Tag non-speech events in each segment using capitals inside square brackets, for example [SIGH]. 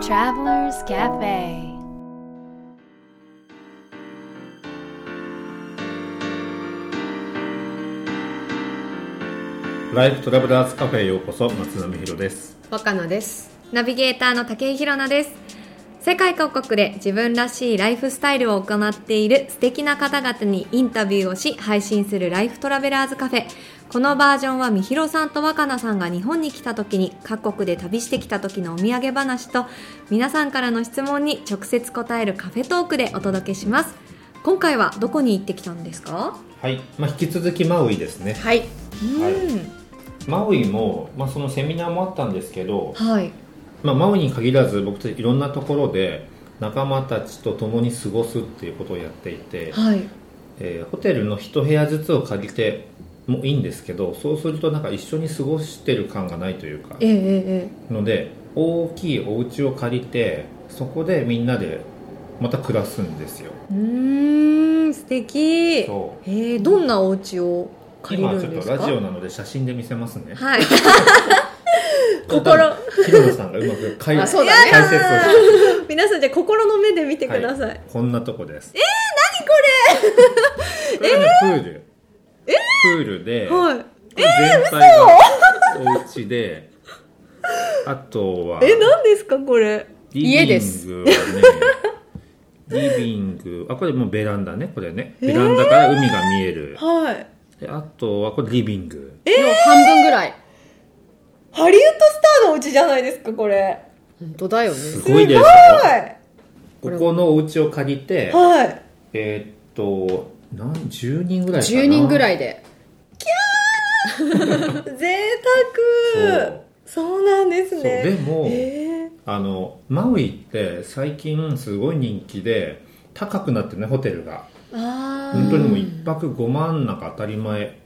Travelers Cafe ライフトラベラーズカフェへようこそ松並博です若菜ですナビゲーターの武井宏奈です。世界各国で自分らしいライフスタイルを行っている素敵な方々にインタビューをし配信するライフトラベラーズカフェ。このバージョンはみひろさんと若菜さんが日本に来た時に各国で旅してきた時のお土産話と皆さんからの質問に直接答えるカフェトークでお届けします。今回はどこに行ってきたんですかはい、まあ、引き続きマウイですねはいはいうん。マウイも、まあ、そのセミナーもあったんですけど、はい。まあ、マウイに限らず僕たちいろんなところで仲間たちと共に過ごすっていうことをやっていて、はい。えーホテルの一部屋ずつを借りてもいいんですけどそうするとなんか一緒に過ごしてる感がないというかえええので大きいお家を借りてそこでみんなでまた暮らすんですよえ。うーん、素敵。そうえー、どんなお家を借り今るちょんっですとかラジオなので写真で見せますねはい。心心広野さんがうまく解あそうだね解説をし [LAUGHS] 皆さんじゃあ心の目で見てください。てこんなとこですえー、何これこれねプールプールで、はい。全体がお家であとはえ、何ですかこれ。リビングはね家ですリビングあこれもうベランダねこれねベランダから海が見える、はい。であとはこれリビングの半分ぐらいハリウッドスターのお家じゃないですかこれ。本当だよねすごいですよはい。ここのお家を借りてはい。えーっと何10人ぐらいかな10人ぐらいいでそう贅沢そうなんですそうね。でも、えあのマウイって最近すごい人気で高くなってねホテルがー、あ本当にもうー1泊5万なんか当たり前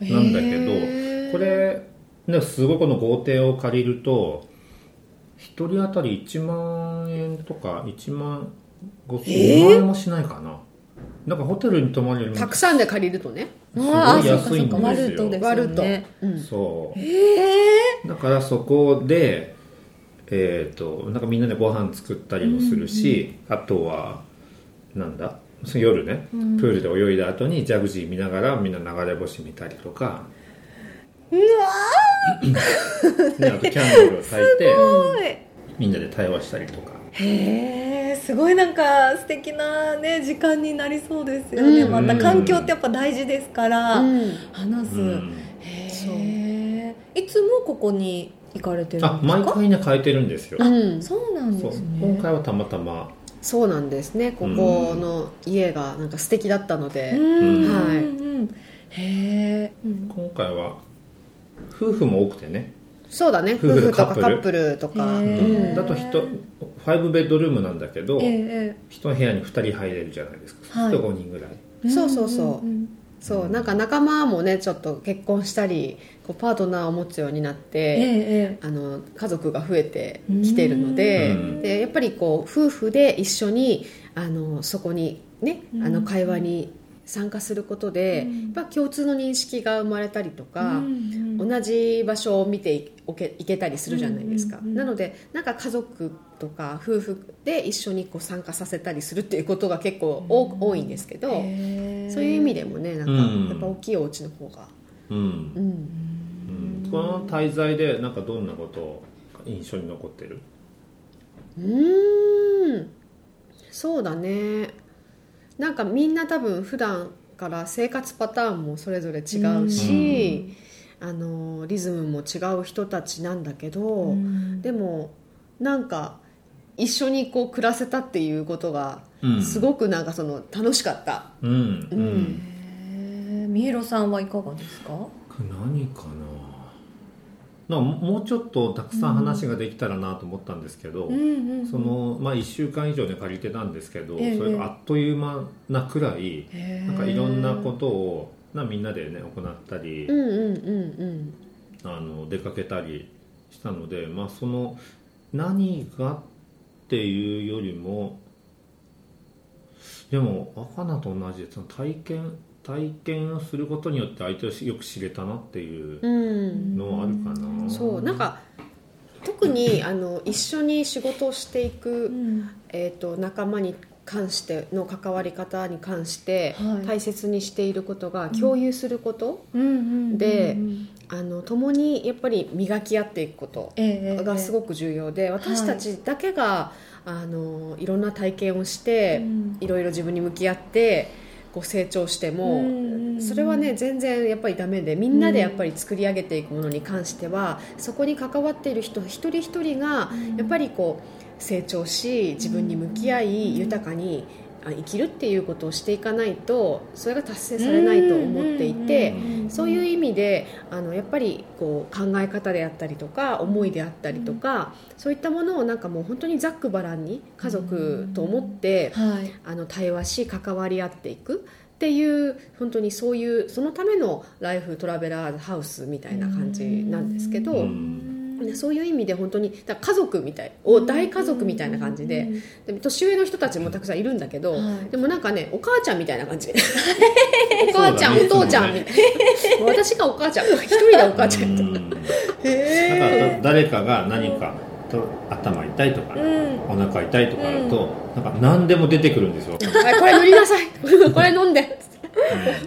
なんだけど、へーこれねすごいこの豪邸を借りると1人当たり1万円とか1万5千えー5万円もしないかな、なんかホテルに泊まるよりたもくさんで借りるとねあーすごい安いんそうかそうかワでルすトよで割ると、ねうん、そうえー、だからそこでえっ、となんかみんなでご飯作ったりもするし、あとはなんだその夜ね、プールで泳いだ後にジャグジー見ながらみんな流れ星見たりとかうわねあとキャンドルを焚いてーすごい。みんなで対話したりとかへえすごいなんか素敵なね時間になりそうですよね、うんまた環境ってやっぱ大事ですから、うん話す、うんへえいつもここに行かれてるあんです毎か回ね変えてるんですようんそうなんそでうす今ね回はたまたまそうなんですねここの家がなんか素敵だったので、うんはいうんへえ、うん今回は夫婦も多くてね、そうだね夫夫婦と婦とカかッカプルップルとか、へうんーだと人5ベッドルームなんだけど、ええ1部屋に2人入れるじゃないですか、はいそうすると5人ぐらいええそうそうそうんんそうなんか仲間もねちょっと結婚したりこうパートナーを持つようになって、えええあの家族が増えてきてるので,、うんでやっぱりこう夫婦で一緒にあのそこにねあうのん会話に参加することで、うんやっぱ共通の認識が生まれたりとえかう、んうん同じ場所を見ていおけいけたりするじゃないですか、うんうんうんなのでなんか家族とか夫婦で一緒にこう参加させたりするっていうことが結構多,、多いんですけど、へえそういう意味でもねなんかうんやっぱ大きいお家の方が、うんうん、うんこの滞在でなんかどんなことが印象に残ってるうーんそうだねなんかみんな多分普段から生活パターンもそれぞれ違うし、あのリズムも違う人たちなんだけど、うんでもなんか一緒にこう暮らせたっていうことがうんすごくなんかその楽しかった、うんう、うんんへえみえろさんはいかがですか何かななんかもうちょっとたくさん話ができたらなと思ったんですけど、んうそのまあ、1週間以上ね借りてたんですけど、ええそれがあっという間なくらいななんかいろんなことをなみんなでね行ったり、うんうんうんうんあの出かけたりしたので、まあ、その何がっていうよりもでも若菜と同じでその体験体験をすることによって相手をよく知れたなっていううんのはあるかな、そうなんか特にあの一緒に仕事をしていく、うんえー、と仲間に関しての関わり方に関してはい大切にしていることが共有すること、うんうんでうんうんあの共にやっぱり磨き合っていくことええええがすごく重要で私たちだけが、あのいろんな体験をしえて、えうんいろいろ自分に向き合ってこう成長してうも、んそれはね全然やっぱりダメでみんなでやっぱり作り上げていくものに関しては、そこに関わっている人一人一人がうんやっぱりこう成長し自分に向き合い、豊かにあ生きるっていうことをしていかないとそれが達成されないと思っていて。うんそういう意味であのやっぱりこう考え方であったりとか思いであったりとか、そういったものをなんかもう本当にざっくばらんに家族と思って、はいあの対話し関わり合っていくっていう本当にそういうそのためのライフトラベラーズハウスみたいな感じなんですけど、うでそういう意味で本当にだから家族みたいお大家族みたいな感じで,、で年上の人たちもたくさんいるんだけど、はいでもなんかねお母ちゃんみたいな感じそおうだね母ちゃん、お父ちゃんみたいなもう私がお母ちゃん一人だお母ちゃんみたいな。うんだからへー誰かが何かと頭痛いとか、うんお腹痛いとかあると、なんか何でも出てくるんです [LAUGHS] よ、はいこれ塗りなさいこれ飲んで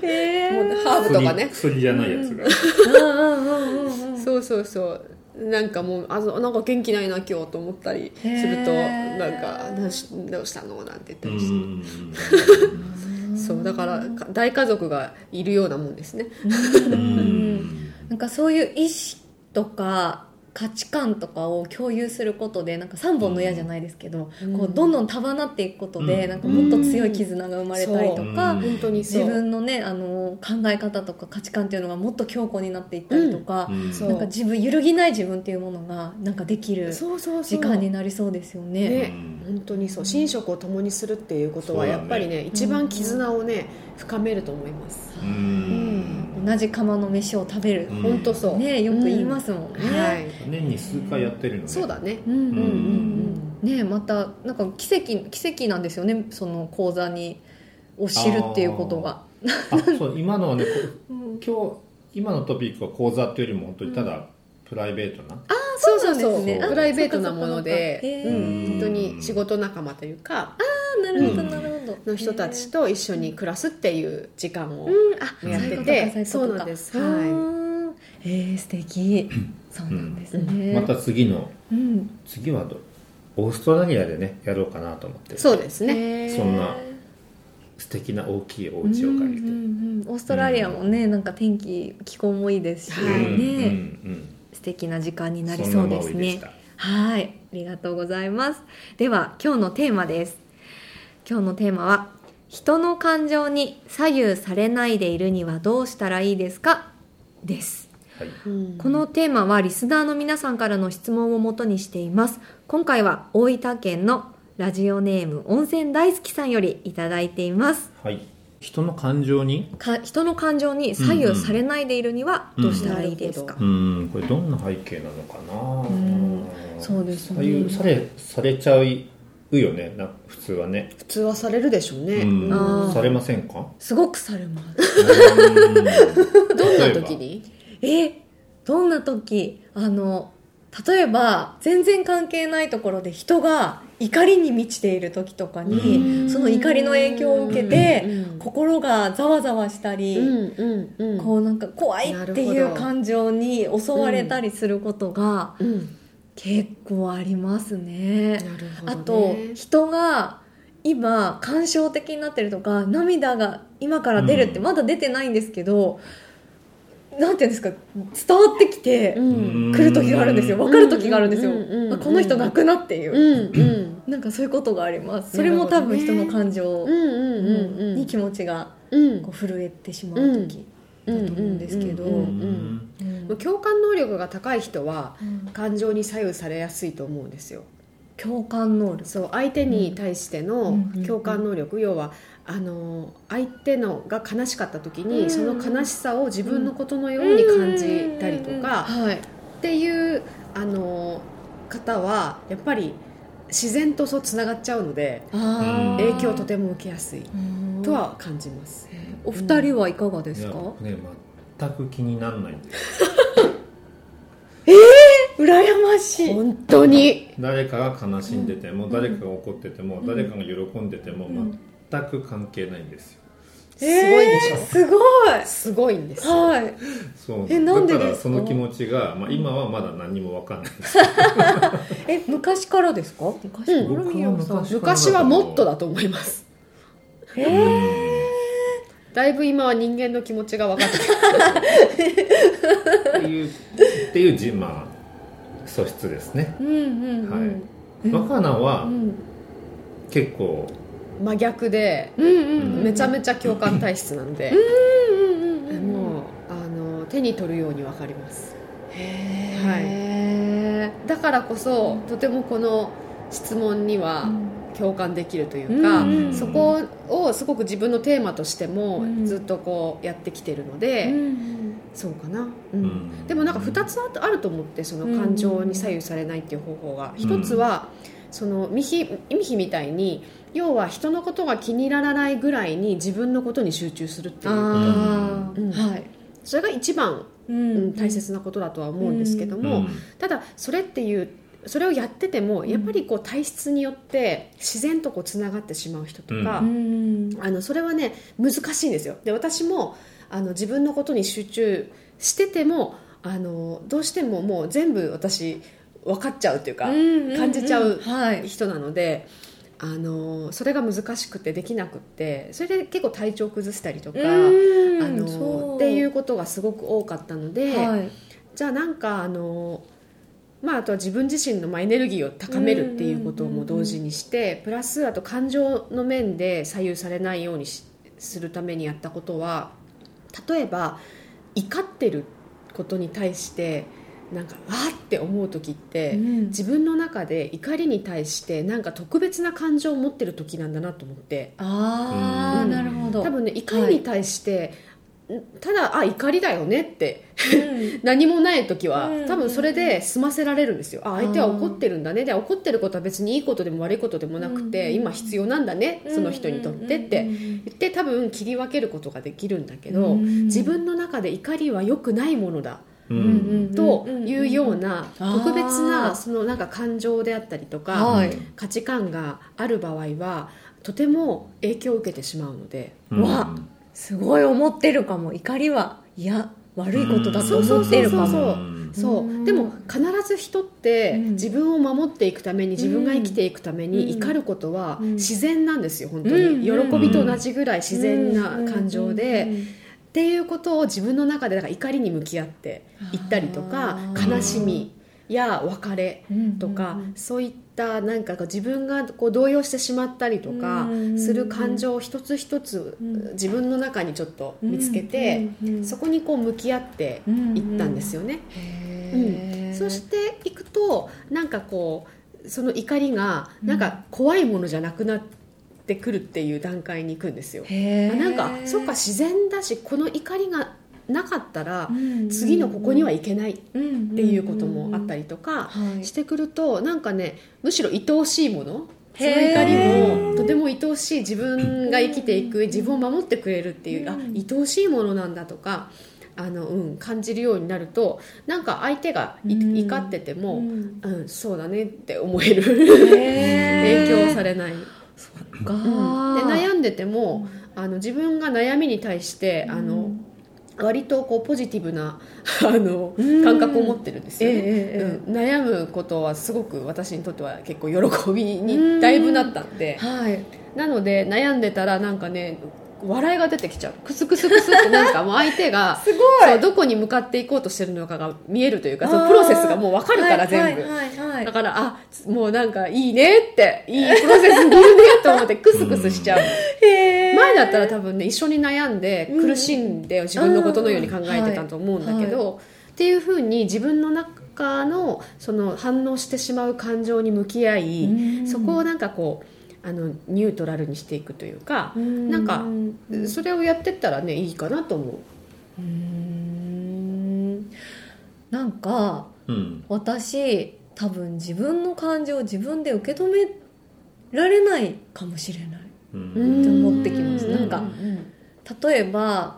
えもうハーブとかね薬薬じゃないやつが、うんうんうんうんうんそうそうそうなんかもうあそうなんか元気ないな今日と思ったりするとへーなんかどうしどうしたのなんて言ったうりして、んそうだからか大家族がいるようなもんですねうなんかそういう意識とか価値観とかを共有することでなんか3本の矢じゃないですけど、うんこうどんどん束なっていくことで、うんなんかもっと強い絆が生まれたりとか、うん本当にそう自分のねあの考え方とか価値観っていうのがもっと強固になっていったりとか、うんそうなんか自分揺るぎない自分っていうものがなんかできるそうそうそ時う間になりそうですよね。うねん本当にそう寝食を共にするっていうことそはうだやねっぱりね一番絆をね深めると思います、ううんん同じ釜の飯を食べる、うん本当そう、ねよく言いますもんね。はい年に数回やってるのねそうだねうんうんうんうんねえまたなんか奇跡奇跡なんですよねその講座にを知るっていうことが。あそう今のはねこうん今日今のトピックは講座っていうよりも本当にただプライベートな、そうそうそうそなうんですねあプライベートなものそうかで、そううかそうかん、本当に仕事仲間というかあなるほどなるほど。の人たちと一緒に暮らすっていう時間をへえ。うんあやっててそういうことかそういうことかそうなんですあはいーえー、素敵そうなんですね。また次のうん次はどオーストラリアでねやろうかなと思ってそうですね、へーそんな素敵な大きいお家を借りてうんうんうんオーストラリアもね、なんか天気気候もいいですし、うんうんね、うん素敵な時間にうんなりそうでそんすなマウイでねしたはい、ありがとうございます。では、今日のテーマです。今日のテーマは、人の感情に左右されないでいるにはどうしたらいいですかです。はいうんこのテーマはリスナーの皆さんからの質問をもとにしています。今回は大分県のラジオネーム温泉大好きさんよりいただいています。はい、人の感情にか人の感情に左右されないでいるにはどうしたらいいですか、ううんこれどんな背景なのかな、んそうですね左右されされちゃうよねな普通はね普通はされるでしょうね、うんあーされませんかすごくされます。どどんな時にえどんな時あの例えば全然関係ないところで人が怒りに満ちている時とかに、うんその怒りの影響を受けてうん心がざわざわしたり、うんうんうんこうなんか怖いってないるうほど感情に襲われたりすることがうん結構ありますね。なるほどねあと人が今感傷的になってるとか涙が今から出るってうんまだ出てないんですけど、なんていうんですか伝わってきてうん来る時があるんですよ分かる時があるんですよ、うんうんうんうんあこの人泣くなっていうう、んうんなんかそういうことがありますそれも多分人の感情、うんうんうんうんに気持ちがうんこう震えてしまう時だと思うんですけど、うんうんうんうん共感能力が高い人はうん感情に左右されやすいと思うんですよ共感能力そう相手に対しての共感能力、要はあの相手のが悲しかった時に、うんその悲しさを自分のことのように感じたりとか、はい、っていうあの方はやっぱり自然とそうつながっちゃうのであー影響をとても受けやすいとは感じます。お二人はいかがですか、いや僕ね全く気にならないんです羨ましい本当に誰かが悲しんでても、誰かが怒ってても、誰かが喜んでても全く関係ないんですよ、すごいでしえょーすごすごいんですいよはいそうえなんでだからですかその気持ちが、まあ、今はまだ何にも分かんないですえ昔からですか昔から、うんミヤさん僕昔はもっとだと思いますえーだいぶ今は人間の気持ちが分かってきたっていうっていうじまあ素質ですね、うんうんうん、はい若菜うはん結構真逆でうんうんうんめちゃめちゃ共感体質なんで、うんうんうんうんもうあの手に取るように分かりますへだからこそとてもこの質問にーは共感できるといううか、んうんそこをすごく自分のテーマとしてもうんずっとこうやってきてるのうで、んそうかな、ううんんでもなんか2つああると思ってその感情に左右されないっていう方法がん1つはそのミヒミヒみたいに要は人のことが気にならないぐらいに自分のことに集中するっていうあーうんはいそれが一番、ううんん大切なことだとは思うんですけどうんも、ただそれっていうそれをやっててもんやっぱりこう体質によって自然とこうつながってしまう人とか、うんあのそれはね難しいんですよで私もあの自分のことに集中しててもあのどうしてももう全部私分かっちゃうっていうか、感じちゃうはい人なのであのそれが難しくてできなくってそれで結構体調崩したりとか、うんあそのっていうことがすごく多かったので。はいじゃあなんかあのまあ、あとは自分自身のまあエネルギーを高めるっていうことも同時にしてプラスあと感情の面で左右されないようにしするためにやったことは例えば怒ってることに対してなんかわーって思う時ってうん自分の中で怒りに対してなんか特別な感情を持ってる時なんだなと思ってああうんなるほど多分ね怒りに対して、んただあ怒りだよねってうん何もない時はうん多分それで済ませられるんですよ、あ相手は怒ってるんだねで怒ってることは別にいいことでも悪いことでもなくて、うん今必要なんだねその人にとってってうんうん言って多分切り分けることができるんだけど、うん自分の中で怒りは良くないものだうんうんうんというようなうんうん特別あーなそのなんか感情であったりとうんかはい価値観がある場合はとても影響を受けてしまうので。うんわすごい思ってるかも怒りはいや悪いことだとうん思ってるかそうそうそうもんそそううんでも必ず人ってうん自分を守っていくために自分が生きていくためうんに怒ることはうん自然なんですよ本当うんに喜びと同じぐらい自然な感情うでんうんっていうことを自分の中でだから怒りに向き合っていったりとかあー悲しみや別れうんうんとかうんうんそういったなんかこう自分がこう動揺してしまったりとかうんする感情を一つ一つうん自分の中にちょっと見つけてうんうんうんそこにこう向き合っていったんですよね。へーそうしていくとなんかこうその怒りがうんなんか怖いものじゃなくなってくるっていう段階に行くんですよ、へあーなんかそっか自然だしこの怒りがなかったらうんうん次のここにはいけないっっていうこともあったりとかはいしてくるとなんかねむしろ愛おしいものそのへ怒ーりもとても愛おしい自分が生きていく自分を守ってくれるっていうあうん愛おしいものなんだとかあの、うん、感じるようになるとなんか相手がいうん怒ってても、うんうん、そうだねって思える影響されれない、うん、でるか悩んでてもあの自分が悩みに対してあの割とこうポジティブなあのうん感覚を持ってるんですよね、ええええうん、悩むことはすごく私にとっては結構喜びにだいぶなったんではいなので悩んでたらなんかね笑いが出てきちゃうクスクスクスってなんかもう相 [LAUGHS] 手がすごいそうどこに向かっていこうとしてるのかが見えるというかそのプロセスがもう分かるから全部、はいはいはいだはいから、あ、もうなんかいいねって、いいプロセスにいるねと思ってクスクスしちゃう。へー前だったら多分ね、一緒に悩んでうん苦しんで自分のことのように考えてたと思うんだけうんど、っていうふうに自分の中のその反応してしまう感情に向き合うんい、そこをなんかこう、あの、ニュートラルにしていくというかう、なんかそれをやってったらね、いいかなと思う。うーんなんかうん私多分自分の感情を自分で受け止められないかもしれないうんって思ってきますうなんか例えば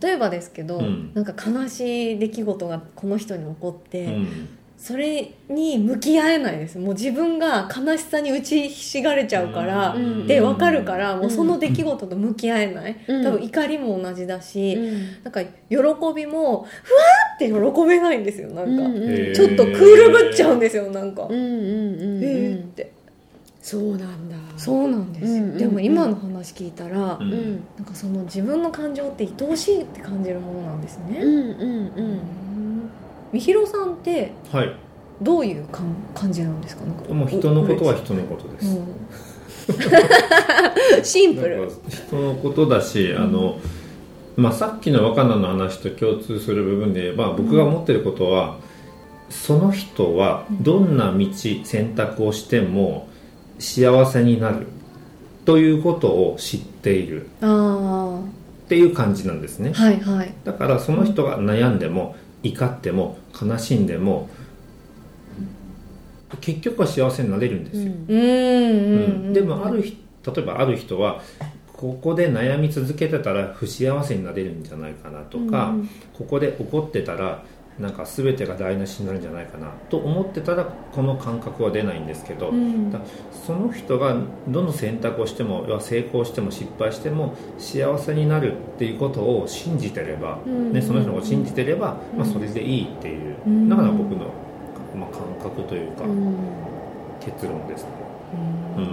例えばですけど、うんなんか悲しい出来事がこの人に起こって、うんそれに向き合えないですもう自分が悲しさに打ちひしがれちゃうから、うんで分かるか、らんもうその出来事と向き合えない、うん多分怒りも同じだし、うんなんか喜びもふわーって喜べないんですよなんか、うんうんへーちょっとクールぶっちゃうんですよなんか、うんうんうんうんえーってそうなんだそうなんですよ、うんうんうんでも今の話聞いたら、ううんんなんかその自分の感情って愛おしいって感じるものなんですうね、んうんうんみひろさんってはいどういうかん感じなんですかなんかもう人のことは人のことです、うん [LAUGHS] シンプなルんか人のことだし、あのまあ、さっきの若菜の話と共通する部分で言えば僕が思ってることは、その人はどんな道選択をしても幸せになるということを知っているああっていう感じなんですねはいはいだからその人が悩んでも怒っても悲しんでも結局は幸せになれるんですよ、うんうんううんんでもある人例えばある人はここで悩み続けてたら不幸せになれるんじゃないかなとか、うんここで怒ってたらなんか全てが台無しになるんじゃないかなと思ってたらこの感覚は出ないんですけど、うんだその人がどの選択をしても要は成功しても失敗しても幸せになるっていうことを信じてれば、うんね、その人を信じてれば、うんまあ、それでいいっていう、うんだから僕の、まあ、感覚というか、結論ですね。ううん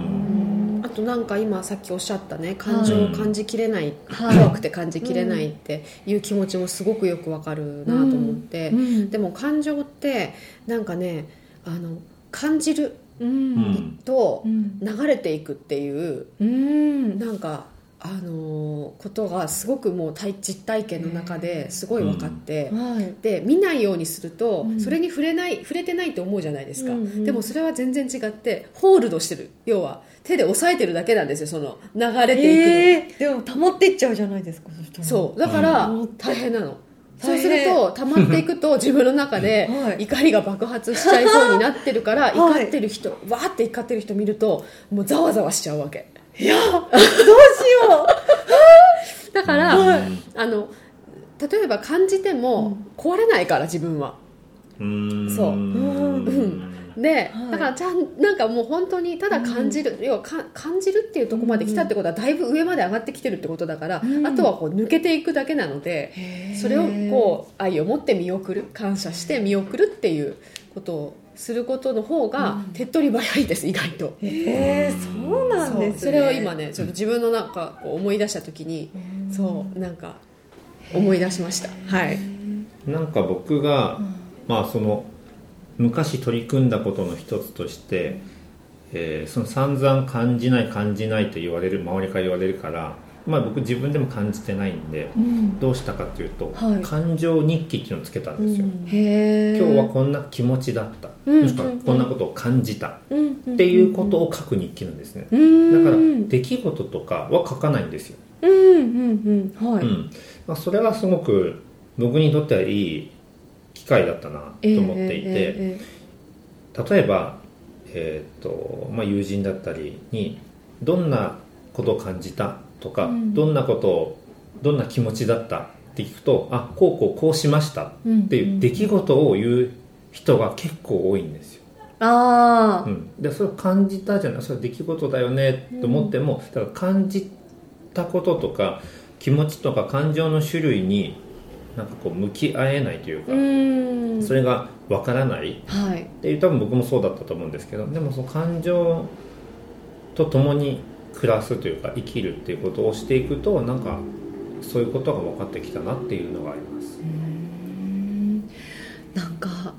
んあとなんか今さっきおっしゃったね感情を感じきれない、はい怖くて感じきれないっていう気持ちもすごくよくわかるなと思って、うんでも感情ってなんかねあの感じるうんとうん流れていくっていううんなんかあのーことがすごくもう体実体験の中ですごい分かって、はいで見ないようにすると、うんそれに触れない触れてないと思うじゃないですか、うんうんでもそれは全然違ってホールドしてる要は手で押さえてるだけなんですよその流れていえくの、ーでも溜まってっちゃうじゃないですかそしたらそうだからうん大変なのそ大う変すると溜まっていくと自分の中で [LAUGHS] はい怒りが爆発しちゃいそうになってるから、はい怒ってる人わーって怒ってる人見るともうざわざわしちゃうわけいやどうしよ [LAUGHS] だから、はいあの例えば感じても壊れないから自分はうんそううんで、はいだからじゃあなんかもう本当にただ感じる、要はか感じるっていうところまで来たってことはだいぶ上まで上がってきてるってことだから、うんあとはこう抜けていくだけなのでうそれをこう愛を持って見送る感謝して見送るっていうことをすることの方が手っ取り早いです意外と。うえーそうなんですねそうそれを今ねちょっと自分のなんかこう思い出した時に、そうなんか思い出しましたはい、なんか僕が、まあその昔取り組んだことの一つとして、えーその散々感じない感じないって言われる周りから言われるから、まあ、僕自分でも感じてないんでうんどうしたかっていうと、はい感情日記っていうのをつけたんですよ、へえ今日はこんな気持ちだった、うんもしくはこんなことを感じたっっていうことを書く日記なんですね、だからだ出来事とかは書かないんですよらうんうんうんはういんまあ、それはすごく僕にとってはいい機会だったなと思っていて、え例えば、えーっとまあ、友人だったりにどんなことを感じたとか、うんどんなことをどんな気持ちだったって聞くとあこうこうこうしましたっええええていう出ん来事を言う人が結構多いんですよ、うんあうあん、でそれを感じたじゃないそれは出来事だよねと思っても、だから感じたこととか気持ちとか感情の種類になんかこう向き合えないというか、うんそれがわからないはいで多分僕もそうだったと思うんですけどでもその感情と共に暮らすというか生きるっていうことをしていくとなんかそういうことが分かってきたなっていうのがありますうんなんか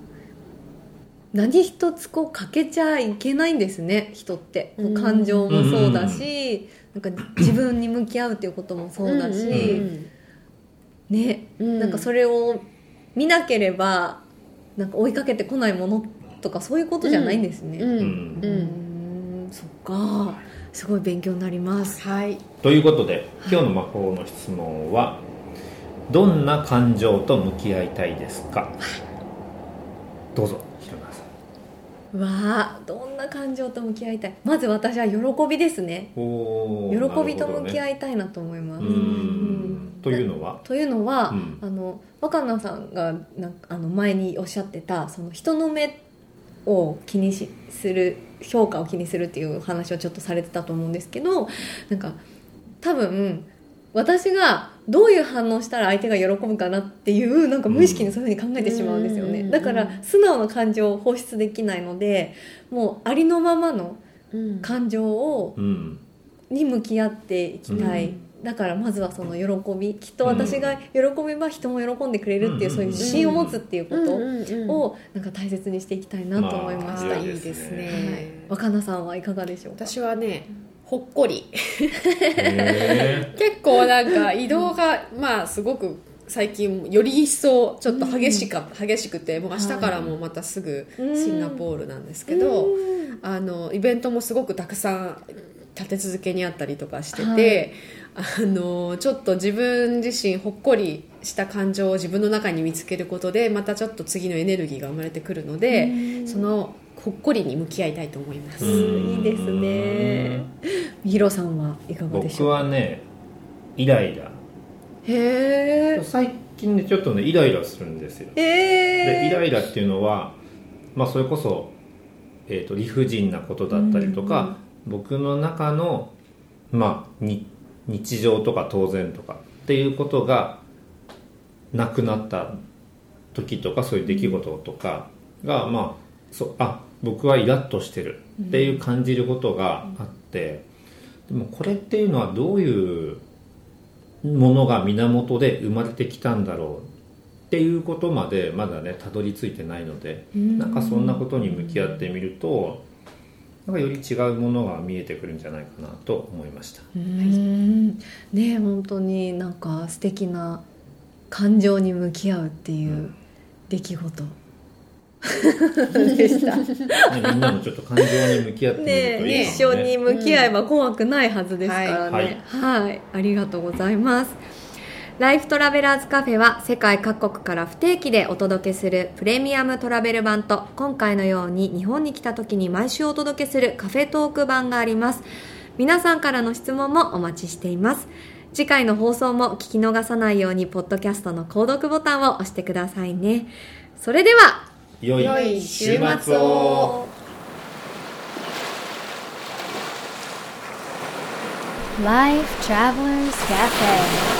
何一つこう欠けちゃいけないんですね人ってこううん感情もそうだしなんか自分に向き合うっていうこともそうだうんうしねうんなんかそれを見なければなんか追いかけてこないものとかそういうことじゃないんですね。うんうんうーんそっかすごい勉強になります。はいということで今日の魔法の質問は、どんな感情と向き合いたいですかどうぞ広川さんうわあどんな感情と向き合いたいまず私は喜びですねお喜ーびと向なきる合いたいなと思いまほす、どねうんというのはというのは、うんあの若菜さんがなんかあの前におっしゃってたその人の目を気にしする評価を気にするっていう話をちょっとされてたと思うんですけどなんか多分私がどういう反応したら相手が喜ぶかなっていうなんか無意識にそういうふうに考えてしまうんですよね、うんだから素直な感情を放出できないのでもうありのままのうん感情を [LAUGHS] うんに向き合っていきたい、だからまずはその喜びきっと私が喜べば人も喜んでくれるっていう、うんそういう自信を持つっていうこうんとうんうんをなんか大切にしていきたいなと思いました、まあいいですね、はい若菜さんはいかがでしょうか私はねほっこりへ結構なんか移動がまあすごく最近より一層ちょっと激しか、激しくてもう明日からもうまたすぐうんシンガポールなんですけど、うんあのイベントもすごくたくさん立て続けにあったりとかしてて、あのちょっと自分自身ほっこりした感情を自分の中に見つけることでまたちょっと次のエネルギーが生まれてくるので、うんそのほっこりに向き合いたいと思います、えうんいいですねヒロさんはいかがでし僕ょうかはねイライラへ最近ねちょっとねイライラするんですよえへでイえライラっていうのは、まあ、それこそ、えー、と理不尽なことだったりとか、僕の中の、まあ、に日常とか当然とかっていうことがなくなった時とかそういう出来事とかが、まあそうあ僕はイラッとしてるっていう感じることがあって、でもこれっていうのはどういうものが源で生まれてきたんだろうっていうことまでまだねたどり着いてないのでなんかそんなことに向き合ってみるとなんかより違うものが見えてくるんじゃないかなと思いましたうんねえ本当になんか素敵な感情に向き合うっていううん出来事、でしたねねみんなもちょっと感情に向き合ってみるといいかもねえ一緒に向き合えば怖くないはずですからね、はいありがとうございますライフトラベラーズカフェは世界各国から不定期でお届けするプレミアムトラベル版と今回のように日本に来た時に毎週お届けするカフェトーク版があります皆さんからの質問もお待ちしています次回の放送も聞き逃さないようにポッドキャストの購読ボタンを押してくださいねそれでは良い良い週末を Life Travelers Cafe.